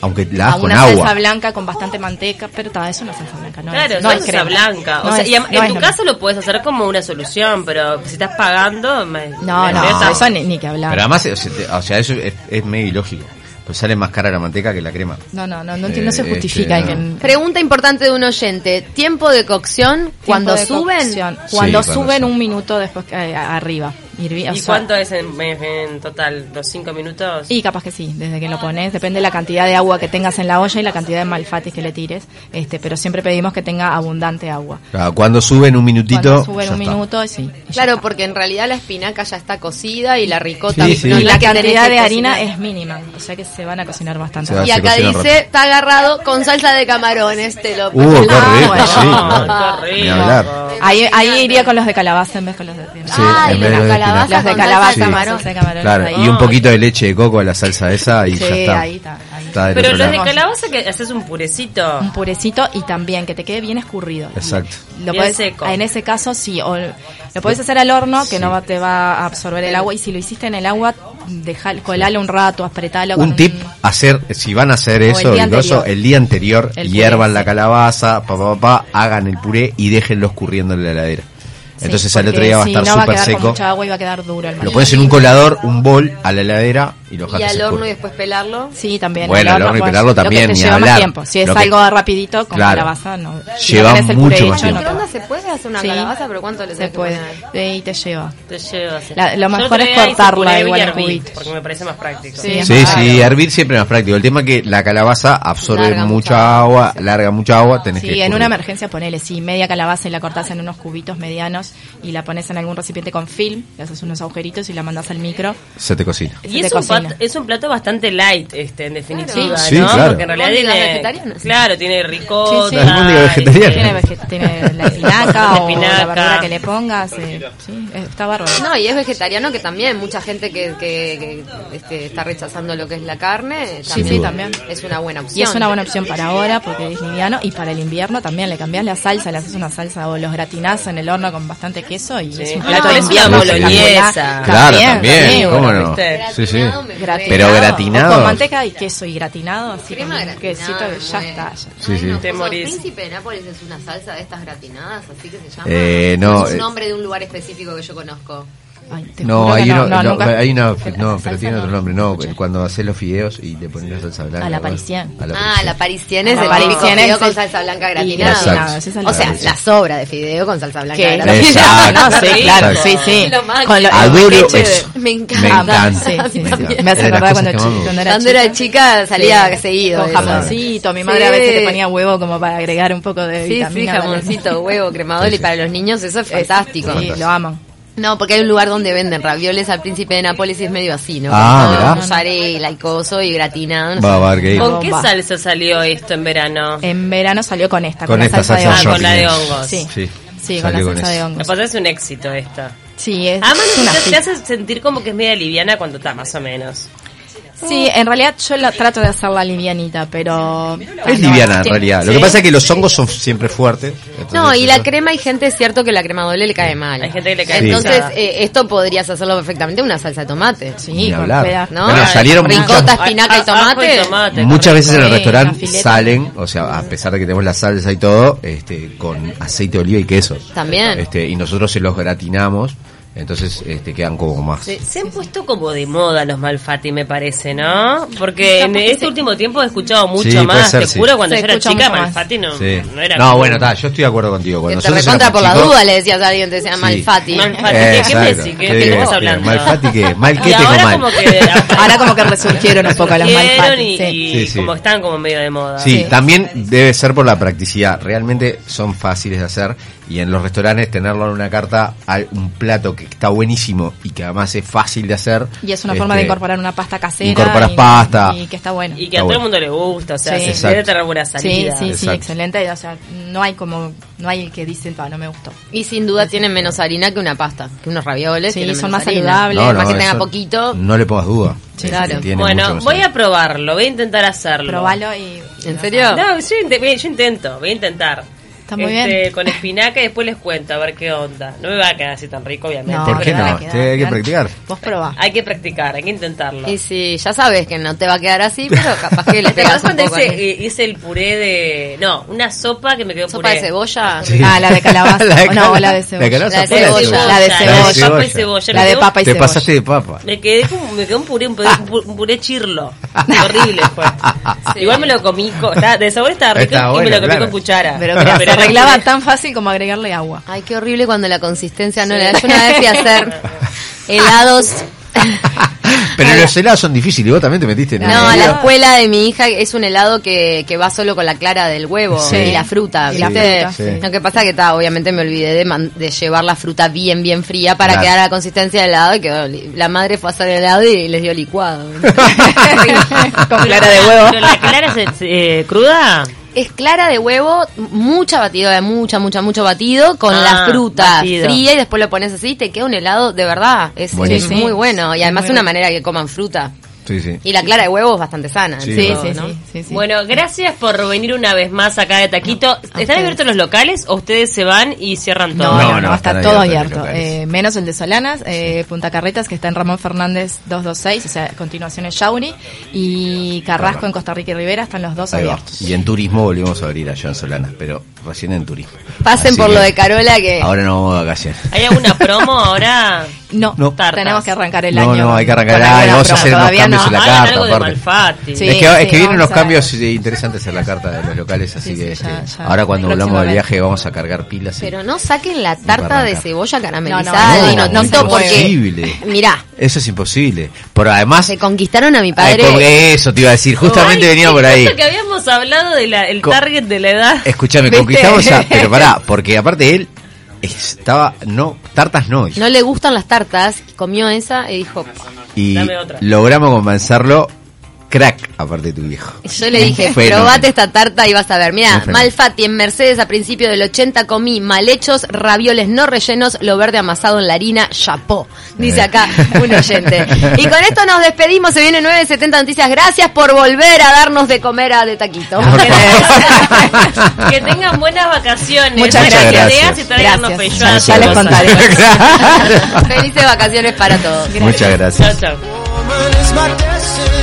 Speaker 4: aunque la
Speaker 5: A
Speaker 4: hagas con
Speaker 5: una Mm. salsa
Speaker 4: agua.
Speaker 5: blanca con bastante manteca, pero ta, es una salsa blanca, no
Speaker 2: Claro,
Speaker 5: es, no es
Speaker 2: salsa
Speaker 5: crema.
Speaker 2: blanca. O
Speaker 5: No
Speaker 2: sea,
Speaker 5: es-
Speaker 2: y en,
Speaker 5: no
Speaker 2: en
Speaker 5: es
Speaker 2: tu
Speaker 5: lo
Speaker 2: caso lo puedes hacer como una solución, pero si estás pagando, me-
Speaker 5: mismo. No,
Speaker 2: me
Speaker 5: no,
Speaker 2: molesta.
Speaker 5: eso ni, ni que hablar.
Speaker 4: Pero además, o sea, te- o sea, eso es, es medio ilógico. Pues sale más cara la manteca que la crema.
Speaker 5: no, no, no, no, enti- no se
Speaker 4: Eh, este,
Speaker 5: justifica.
Speaker 4: no.
Speaker 5: que-
Speaker 3: Pregunta importante de un oyente. ¿Tiempo de cocción cuando
Speaker 5: tiempo de
Speaker 3: suben?
Speaker 5: cocción.
Speaker 4: Sí,
Speaker 5: Cuando
Speaker 4: cuando
Speaker 5: suben
Speaker 4: suben.
Speaker 5: un minuto después que- eh, arriba. Hirvi- o
Speaker 2: ¿Y
Speaker 5: sea,
Speaker 2: cuánto es en, en- en total? ¿Los cinco minutos?
Speaker 5: Y capaz que sí, desde que lo
Speaker 3: Ah,
Speaker 5: pones, depende de la cantidad de agua que tengas en la olla y la cantidad de malfatis que le tires, este, pero siempre pedimos que tenga abundante agua.
Speaker 4: O sea, cuando suben un minutito.
Speaker 5: Cuando suben
Speaker 4: ya
Speaker 5: un
Speaker 4: está.
Speaker 5: minuto, sí. y ya
Speaker 3: Claro,
Speaker 5: está.
Speaker 3: porque en realidad la espinaca ya está cocida y la ricota.
Speaker 4: Sí, sí.
Speaker 3: no
Speaker 5: y
Speaker 3: es
Speaker 5: la
Speaker 3: que tenés
Speaker 5: cantidad
Speaker 3: que
Speaker 5: de harina
Speaker 3: cocinar.
Speaker 5: es mínima, o sea que se van a cocinar bastante.
Speaker 4: Se va-
Speaker 3: Y acá
Speaker 4: cocina
Speaker 3: dice, está agarrado con salsa de camarones, te lo
Speaker 4: Uh, qué
Speaker 5: Ah,
Speaker 4: rico,
Speaker 5: bueno.
Speaker 4: sí. claro.
Speaker 2: Ah, qué
Speaker 4: Ni
Speaker 2: rico.
Speaker 4: hablar.
Speaker 5: Ahí, ahí iría con los de calabaza en vez con los de espinaca.
Speaker 4: Sí,
Speaker 3: Ay,
Speaker 4: en vez
Speaker 3: la
Speaker 4: de los
Speaker 3: calabaza
Speaker 4: de espinaca.
Speaker 5: Los de
Speaker 3: con salsa
Speaker 5: calabaza,
Speaker 3: de camarón.
Speaker 5: salsa de camarón,
Speaker 4: Claro,
Speaker 5: ahí.
Speaker 4: y un poquito de leche de coco a la salsa esa y
Speaker 5: Sí,
Speaker 4: ya está.
Speaker 5: ahí está, ahí.
Speaker 4: del
Speaker 2: Pero
Speaker 4: otro
Speaker 2: los de
Speaker 4: lado.
Speaker 2: calabaza que haces un purecito.
Speaker 5: un purecito y también que te quede bien escurrido.
Speaker 4: Exacto.
Speaker 5: Lo
Speaker 2: Bien
Speaker 5: podés-
Speaker 2: seco.
Speaker 5: En ese caso sí, o lo puedes hacer al horno que no va, te va a absorber el agua y si lo hiciste en el agua, deja, colalo un rato, apretalo. con
Speaker 4: Un tip, hacer, si van a hacer
Speaker 5: O el
Speaker 4: eso,
Speaker 5: día
Speaker 4: el grosso,
Speaker 5: anterior.
Speaker 4: el día anterior,
Speaker 5: El puré,
Speaker 4: hiervan la
Speaker 5: sí.
Speaker 4: calabaza, pa, pa, pa, pa, hagan el puré y déjenlo escurriendo en la heladera.
Speaker 5: Sí,
Speaker 4: Entonces al
Speaker 5: porque
Speaker 4: otro día va a
Speaker 5: si
Speaker 4: estar
Speaker 5: no va a
Speaker 4: súper
Speaker 5: quedar Con
Speaker 4: seco.
Speaker 5: mucha agua y va a quedar duro el
Speaker 4: Lo
Speaker 5: maíz.
Speaker 4: pones en un colador, un bol, a la heladera y lo
Speaker 3: Y
Speaker 4: dejas
Speaker 3: al
Speaker 4: que se
Speaker 3: horno y
Speaker 4: escurra.
Speaker 3: después pelarlo.
Speaker 5: Sí, también.
Speaker 4: Bueno,
Speaker 5: el
Speaker 4: al horno y
Speaker 5: pues,
Speaker 4: pelarlo
Speaker 5: lo que
Speaker 4: también,
Speaker 5: te
Speaker 4: ni
Speaker 5: lleva más
Speaker 4: hablar.
Speaker 5: tiempo. Si es
Speaker 4: Lo que-
Speaker 5: algo rapidito, con
Speaker 4: Claro.
Speaker 5: calabaza, no. si
Speaker 4: Lleva
Speaker 5: no tenés el
Speaker 4: mucho
Speaker 5: puré
Speaker 4: más
Speaker 5: hecho,
Speaker 4: tiempo.
Speaker 5: no te va.
Speaker 3: ¿Microondas se puede hacer una
Speaker 5: Sí.
Speaker 3: calabaza? ¿Pero cuánto le
Speaker 5: Se
Speaker 3: tenés que
Speaker 5: puede.
Speaker 3: poner?
Speaker 5: Eh, Y te lleva.
Speaker 2: Te llevo así.
Speaker 5: La- lo
Speaker 2: Yo
Speaker 5: mejor
Speaker 2: traía
Speaker 5: es
Speaker 2: ese
Speaker 5: cortarla
Speaker 2: puré
Speaker 5: igual
Speaker 2: y
Speaker 5: en
Speaker 2: herví,
Speaker 5: cubitos.
Speaker 2: Porque me parece más práctico.
Speaker 5: Sí.
Speaker 4: Sí,
Speaker 5: Claro.
Speaker 4: sí, hervir siempre es más práctico. El tema es que la calabaza absorbe
Speaker 3: Larga
Speaker 4: mucha
Speaker 3: mucha
Speaker 4: agua, larga mucha agua, tenés que
Speaker 5: Sí, en una
Speaker 4: escurrir.
Speaker 5: emergencia ponele, sí, media calabaza y la cortás en unos cubitos medianos y la pones en algún recipiente con film, le haces unos agujeritos y la mandás al micro.
Speaker 4: Se te cocina.
Speaker 5: se
Speaker 2: Y es
Speaker 5: te
Speaker 2: un,
Speaker 5: cocina.
Speaker 2: pat- es un plato bastante light, este, en definitiva,
Speaker 4: Sí,
Speaker 2: ¿no?
Speaker 4: claro.
Speaker 2: Porque en realidad
Speaker 3: Albóndigas
Speaker 2: tiene...
Speaker 3: vegetarianas.
Speaker 2: Claro, tiene ricota.
Speaker 5: Sí, sí.
Speaker 4: Albóndigas
Speaker 2: este,
Speaker 5: Tiene,
Speaker 4: vegetarianas.
Speaker 5: vege- tiene la espinaca o
Speaker 2: Espinaca.
Speaker 5: la verdura que le pongas. eh, sí, eh, está bárbaro.
Speaker 3: No, y es vegetariano que también, mucha gente que, que- que, este, está rechazando lo que es la carne,
Speaker 4: Sin
Speaker 3: también,
Speaker 4: duda.
Speaker 3: es una buena opción.
Speaker 5: Y es una buena opción para ahora porque es liviano y para el invierno también le cambias la salsa, le haces una salsa o los gratinás en el horno con bastante queso y es un
Speaker 2: Ah,
Speaker 5: plato de
Speaker 2: es una
Speaker 5: invierno.
Speaker 2: boloñesa.
Speaker 5: espectacular.
Speaker 4: Claro, también,
Speaker 5: sí,
Speaker 4: ¿cómo
Speaker 5: bueno,
Speaker 4: no?
Speaker 2: viste.
Speaker 4: Sí, sí.
Speaker 3: Gratinado me
Speaker 5: gratinado,
Speaker 4: Pero
Speaker 5: o
Speaker 4: gratinado.
Speaker 5: Con manteca y queso y gratinado, así
Speaker 3: Crema
Speaker 5: con
Speaker 3: gratinada,
Speaker 5: un quesito que ya
Speaker 3: me
Speaker 5: está.
Speaker 3: muero.
Speaker 5: ya está.
Speaker 4: Sí, sí.
Speaker 2: Te morís.
Speaker 3: Príncipe de Nápoles es una salsa de estas gratinadas, así que se llama.
Speaker 4: Eh, no,
Speaker 3: es
Speaker 4: eh.
Speaker 3: un nombre de un lugar específico que yo conozco.
Speaker 5: Ay, te
Speaker 4: No,
Speaker 5: juro que
Speaker 4: hay, uno, no,
Speaker 5: nunca-
Speaker 4: hay una,
Speaker 5: la
Speaker 4: no,
Speaker 5: salsa
Speaker 4: pero tiene otro
Speaker 5: no.
Speaker 4: nombre, no, cuando haces los fideos y le pones la salsa blanca.
Speaker 5: A la
Speaker 4: ¿no?
Speaker 5: parisienne.
Speaker 4: A la
Speaker 3: Ah, la
Speaker 4: parisienne.
Speaker 3: parisiana es
Speaker 5: La
Speaker 3: el típico
Speaker 5: parisiana
Speaker 3: fideo
Speaker 5: es
Speaker 3: con
Speaker 5: el-
Speaker 3: salsa blanca
Speaker 4: Y las
Speaker 3: gratinada.
Speaker 4: salsas.
Speaker 3: O sea,
Speaker 4: Exacto.
Speaker 3: la sobra de fideo con salsa blanca
Speaker 5: Que-
Speaker 3: gratinada.
Speaker 4: Exacto.
Speaker 5: No, sí, claro, sí, sí.
Speaker 3: Lo máximo.
Speaker 5: Con lo- el
Speaker 4: Adoro
Speaker 5: leche de-
Speaker 4: eso.
Speaker 3: Me encanta.
Speaker 4: Me encanta.
Speaker 5: Ah, Sí, sí,
Speaker 4: Me
Speaker 5: sí.
Speaker 4: encanta.
Speaker 5: Me hace
Speaker 4: Es de las
Speaker 5: acordar
Speaker 4: cosas
Speaker 5: cuando,
Speaker 4: que
Speaker 5: chi-
Speaker 4: más me
Speaker 5: cuando
Speaker 4: gusta.
Speaker 5: era
Speaker 3: Cuando era
Speaker 5: chica. eh,
Speaker 3: chica salía seguido.
Speaker 5: Con
Speaker 3: eso.
Speaker 5: jamoncito, mi madre a veces le ponía huevo como para agregar un poco de
Speaker 3: Sí,
Speaker 5: vitamina.
Speaker 3: sí,
Speaker 5: para-
Speaker 3: jamoncito, huevo, cremador y para los niños eso es fantástico.
Speaker 5: Sí, lo aman.
Speaker 3: No, porque hay un lugar donde venden ravioles al príncipe de Nápoles y es medio así, ¿no?
Speaker 4: Ah,
Speaker 3: Con
Speaker 4: mirá.
Speaker 3: mozzarella y coso y gratinado. no
Speaker 4: Va,
Speaker 3: sé.
Speaker 4: va, que-
Speaker 2: ¿Con qué
Speaker 5: Bomba. Eh,
Speaker 2: salsa salió esto en verano?
Speaker 5: En verano salió con esta,
Speaker 4: Con
Speaker 5: la
Speaker 4: esta
Speaker 5: salsa,
Speaker 4: salsa
Speaker 2: Ah,
Speaker 5: de
Speaker 2: con
Speaker 5: hongos.
Speaker 2: la de
Speaker 4: shopping.
Speaker 2: hongos.
Speaker 5: Sí,
Speaker 4: Sí.
Speaker 5: sí, con la
Speaker 4: Salió con
Speaker 5: salsa de
Speaker 4: eso.
Speaker 2: Me
Speaker 5: hongos.
Speaker 2: parece un éxito esta.
Speaker 5: Sí, es,
Speaker 2: Además,
Speaker 5: es una
Speaker 2: te, te
Speaker 5: fiesta.
Speaker 2: hace sentir como que es media liviana cuando está, más o menos.
Speaker 5: Sí, en realidad yo la trato de hacerla livianita, pero...
Speaker 4: Es liviana en realidad. Lo que pasa es que los hongos son siempre fuertes. entonces
Speaker 3: No, y
Speaker 4: eso-
Speaker 3: la crema hay gente, es cierto que la crema doble le cae mal.
Speaker 2: Hay gente que le cae
Speaker 3: Entonces,
Speaker 2: pesada.
Speaker 3: eh, esto podrías hacerlo perfectamente una salsa de tomate.
Speaker 4: Ni
Speaker 5: Sí, con
Speaker 4: hablar.
Speaker 5: pedazo.
Speaker 3: ¿No?
Speaker 4: Bueno, salieron
Speaker 3: Ricota,
Speaker 4: muchas-
Speaker 3: espinaca y
Speaker 2: A- a- Ah, ajo
Speaker 3: tomate.
Speaker 4: Muchas veces en el
Speaker 5: Sí,
Speaker 4: restaurante
Speaker 5: la fileta.
Speaker 4: salen, o sea, a pesar de que tenemos la salsa y todo, este, con aceite de oliva y queso.
Speaker 3: También.
Speaker 4: Este, y nosotros se los gratinamos, entonces este, quedan como más.
Speaker 2: Se, se han puesto como de moda los Malfati, me parece, ¿no? Porque en este último tiempo he escuchado mucho
Speaker 4: Sí, puede
Speaker 2: más.
Speaker 4: ser,
Speaker 2: te
Speaker 4: sí.
Speaker 2: juro, cuando
Speaker 5: Se
Speaker 2: yo era
Speaker 5: escucha
Speaker 2: chica,
Speaker 5: mucho más.
Speaker 2: Malfati no,
Speaker 4: Sí.
Speaker 2: no era.
Speaker 4: No,
Speaker 2: como-
Speaker 4: bueno, ta, yo estoy de acuerdo contigo.
Speaker 3: Que
Speaker 4: Cuando
Speaker 3: te
Speaker 4: nosotros
Speaker 3: recontra por
Speaker 4: éramos
Speaker 3: la
Speaker 4: chicos-
Speaker 3: duda, le decías a alguien, te decía Malfati.
Speaker 2: Malfati,
Speaker 4: Eh.
Speaker 2: ¿qué- qué me
Speaker 4: Exacto.
Speaker 2: decís? ¿Qué- qué estás
Speaker 4: digo?
Speaker 2: hablando?
Speaker 4: Malfati, ¿qué? Mal
Speaker 2: Y
Speaker 4: que te
Speaker 2: ahora
Speaker 4: comal.
Speaker 2: como que-
Speaker 5: Ahora como que resurgieron un poco las
Speaker 2: Surgieron
Speaker 5: malpatas.
Speaker 2: y,
Speaker 5: Sí.
Speaker 2: y
Speaker 4: Sí, sí.
Speaker 2: como están como medio de moda.
Speaker 4: Sí,
Speaker 5: Sí.
Speaker 4: también debe ser por la practicidad. Realmente son fáciles de hacer y en los restaurantes tenerlo en una carta, al- un plato que está buenísimo y que además es fácil de hacer.
Speaker 5: Y es una forma de
Speaker 4: este,
Speaker 5: incorporar una pasta casera.
Speaker 4: incorporas
Speaker 5: y,
Speaker 4: pasta.
Speaker 5: Y que está bueno.
Speaker 2: Y que
Speaker 4: Está
Speaker 2: a todo
Speaker 4: bueno.
Speaker 2: el mundo le gusta, o sea,
Speaker 5: Sí.
Speaker 2: se debe
Speaker 4: Exacto.
Speaker 2: tener alguna
Speaker 5: Sí,
Speaker 2: salida.
Speaker 5: sí, sí,
Speaker 4: Exacto.
Speaker 5: excelente. O sea, no hay como, no hay el que dice, "Ah, no me gustó.
Speaker 3: Y sin duda tienen menos harina que una pasta, que unos ravioles.
Speaker 5: Sí,
Speaker 3: tienen
Speaker 5: son
Speaker 3: menos
Speaker 5: más
Speaker 3: harina.
Speaker 5: saludables.
Speaker 4: No, no,
Speaker 3: Más que tenga
Speaker 4: eso Mm.
Speaker 3: poquito.
Speaker 4: No le pongas duda.
Speaker 3: Sí,
Speaker 4: Este,
Speaker 3: claro.
Speaker 4: Tiene mucho
Speaker 2: Bueno,
Speaker 4: más
Speaker 2: voy
Speaker 4: sabor.
Speaker 2: a probarlo, voy a intentar hacerlo.
Speaker 5: Probalo y.
Speaker 3: ¿En serio?
Speaker 2: No, yo, inte- yo intento, voy a intentar.
Speaker 5: Está muy
Speaker 2: Este,
Speaker 5: bien.
Speaker 2: Con espinaca y después les cuento a ver qué onda. No me va a quedar así tan rico, obviamente.
Speaker 4: ¿Por qué
Speaker 5: te van a
Speaker 4: no?
Speaker 5: quedar,
Speaker 4: Sí, hay que
Speaker 5: claro.
Speaker 4: practicar.
Speaker 5: Vos probá.
Speaker 2: Hay que practicar, hay que intentarlo.
Speaker 3: Y sí, ya sabes que no te va a quedar así, pero capaz que le
Speaker 2: Este ¿Te acordás
Speaker 3: pegas un
Speaker 2: cuando
Speaker 3: poco.
Speaker 2: hice,
Speaker 3: ahí.
Speaker 2: eh, hice el puré de... No, una sopa que me quedó
Speaker 3: Sopa
Speaker 2: puré.
Speaker 3: de cebolla.
Speaker 4: Sí.
Speaker 5: Ah, la de calabaza.
Speaker 4: La de
Speaker 5: O no,
Speaker 4: cala-
Speaker 5: la de cebolla.
Speaker 4: calabaza
Speaker 3: La de
Speaker 4: fue
Speaker 3: cebolla.
Speaker 5: La
Speaker 2: La
Speaker 5: de
Speaker 2: de
Speaker 5: cebolla.
Speaker 2: papa y cebolla.
Speaker 5: La
Speaker 2: Me
Speaker 5: de
Speaker 2: quedó-
Speaker 5: papa y
Speaker 4: Te
Speaker 5: cebolla.
Speaker 4: pasaste de papa.
Speaker 2: Me quedé como, me quedó un puré, un puré, un pu- un puré chirlo. Horrible fue. Igual me lo comí, co- estaba- de sabor estaba rico
Speaker 4: Está
Speaker 2: y
Speaker 4: bueno,
Speaker 2: me lo comí
Speaker 4: claro.
Speaker 2: con cuchara.
Speaker 5: Pero mira, se
Speaker 2: era
Speaker 5: arreglaba
Speaker 2: puré.
Speaker 5: tan fácil como agregarle agua.
Speaker 3: Ay, qué horrible cuando la consistencia no le da. Yo una vez fui a hacer helados.
Speaker 4: Pero los helados son difíciles. Vos también te metiste en
Speaker 3: No,
Speaker 4: una
Speaker 3: a la
Speaker 4: movida.
Speaker 3: escuela de mi hija es un helado que, que va solo con la clara del huevo
Speaker 4: Sí.
Speaker 3: y la fruta,
Speaker 4: Y la
Speaker 3: ¿viste?
Speaker 4: fruta, sí.
Speaker 3: Lo que pasa que, ta, obviamente me olvidé de, man- de llevar la fruta bien, bien fría para
Speaker 4: Claro.
Speaker 3: quedar a la consistencia del helado y quedó li- la madre fue a hacer el helado y les dio licuado.
Speaker 5: Con clara de huevo.
Speaker 2: Pero la clara es eh, cruda.
Speaker 3: es clara de huevo, mucha batidora, mucha, mucha, mucho batido con
Speaker 2: Ah,
Speaker 3: la fruta
Speaker 2: batido.
Speaker 3: fría y después lo pones así y te queda un helado de verdad. Es, es
Speaker 4: Buenísimo.
Speaker 3: muy bueno y además
Speaker 5: Muy
Speaker 3: una
Speaker 5: rico.
Speaker 3: manera que coman fruta.
Speaker 4: Sí, sí.
Speaker 3: Y la clara de huevo es bastante sana.
Speaker 4: Sí,
Speaker 5: Sí,
Speaker 3: entiendo,
Speaker 5: sí,
Speaker 3: ¿no?
Speaker 5: sí, sí, sí.
Speaker 2: Bueno, gracias por venir una vez más acá de Taquito. ¿Están
Speaker 5: ustedes.
Speaker 2: abiertos los locales o ustedes se van y cierran todo?
Speaker 5: No, no, no,
Speaker 4: no,
Speaker 5: está
Speaker 4: están
Speaker 5: todo
Speaker 4: abiertos los
Speaker 5: abierto.
Speaker 4: locales.
Speaker 5: eh, menos el de Solanas, eh, Punta Carretas, que está en Ramón Fernández 226, o sea, a continuación es Yauri, y Carrasco en Costa Rica y Rivera, están los dos
Speaker 4: Ahí va.
Speaker 5: abiertos.
Speaker 4: Y en turismo volvimos a abrir allá en Solanas, pero recién en turismo.
Speaker 3: Pasen
Speaker 4: Así
Speaker 3: por
Speaker 4: que
Speaker 3: lo de Carola que...
Speaker 4: Ahora no vamos a vacaciones.
Speaker 2: ¿Hay alguna promo ahora?
Speaker 5: No,
Speaker 4: No.
Speaker 2: Tartas.
Speaker 5: tenemos que arrancar el
Speaker 4: No,
Speaker 5: año.
Speaker 4: no, hay que arrancar
Speaker 5: con
Speaker 4: el
Speaker 5: alguna
Speaker 4: año, vamos a
Speaker 5: promo,
Speaker 4: hacer unos
Speaker 5: todavía
Speaker 4: cambios en la
Speaker 2: Hagan
Speaker 4: carta,
Speaker 2: algo de
Speaker 4: aparte.
Speaker 2: Malfatti.
Speaker 5: Sí.
Speaker 4: es que, es que vienen
Speaker 5: vamos
Speaker 4: unos
Speaker 5: a-
Speaker 4: cambios eh, interesantes en la carta de los locales, así
Speaker 5: Sí, sí,
Speaker 4: que
Speaker 5: ya,
Speaker 4: este,
Speaker 5: ya.
Speaker 4: ahora cuando volvamos del
Speaker 5: Próximamente.
Speaker 4: viaje vamos a cargar pilas. y-
Speaker 3: Pero no saquen la tarta de
Speaker 4: Barranca.
Speaker 3: cebolla caramelizada
Speaker 5: No,
Speaker 3: y
Speaker 5: no,
Speaker 3: notito
Speaker 5: no,
Speaker 3: porque...
Speaker 4: imposible.
Speaker 3: Mirá,
Speaker 4: Eso es imposible. Pero además,
Speaker 3: se conquistaron a mi
Speaker 4: ay,
Speaker 3: padre.
Speaker 4: porque eso te iba a decir, justamente
Speaker 2: Ay,
Speaker 4: venía
Speaker 2: sí,
Speaker 4: por ahí.
Speaker 2: justo que habíamos hablado del el
Speaker 4: Co-
Speaker 2: target de la edad.
Speaker 4: Escuchame,
Speaker 5: ¿Viste?
Speaker 4: conquistamos a... Pero pará, porque aparte él estaba... No, tartas no. hizo.
Speaker 3: No le gustan las tartas, y comió esa y dijo...
Speaker 4: y
Speaker 2: Dame otra.
Speaker 4: logramos convencerlo crack, aparte de tu viejo.
Speaker 3: y Yo le dije,
Speaker 4: Fenómeno.
Speaker 3: probate esta tarta y vas a ver.
Speaker 4: Un
Speaker 3: Mirá,
Speaker 4: fenómeno.
Speaker 3: Malfatti en Mercedes a principio del 80 comí mal hechos, ravioles no rellenos, lo verde amasado en la harina, chapó. Dice acá un oyente. Y con esto nos despedimos, se viene 970 Noticias. Gracias por volver a darnos de comer a De Taquito.
Speaker 4: Por favor.
Speaker 2: que tengan buenas vacaciones.
Speaker 5: Muchas
Speaker 2: Buenas
Speaker 4: gracias.
Speaker 2: ideas y tráiganos
Speaker 5: Gracias.
Speaker 2: peyote.
Speaker 5: Ya les contaré.
Speaker 4: Claro.
Speaker 3: Felices vacaciones para todos.
Speaker 4: Muchas
Speaker 2: Chao,
Speaker 4: gracias.
Speaker 2: chao.
Speaker 1: Woman is my destiny.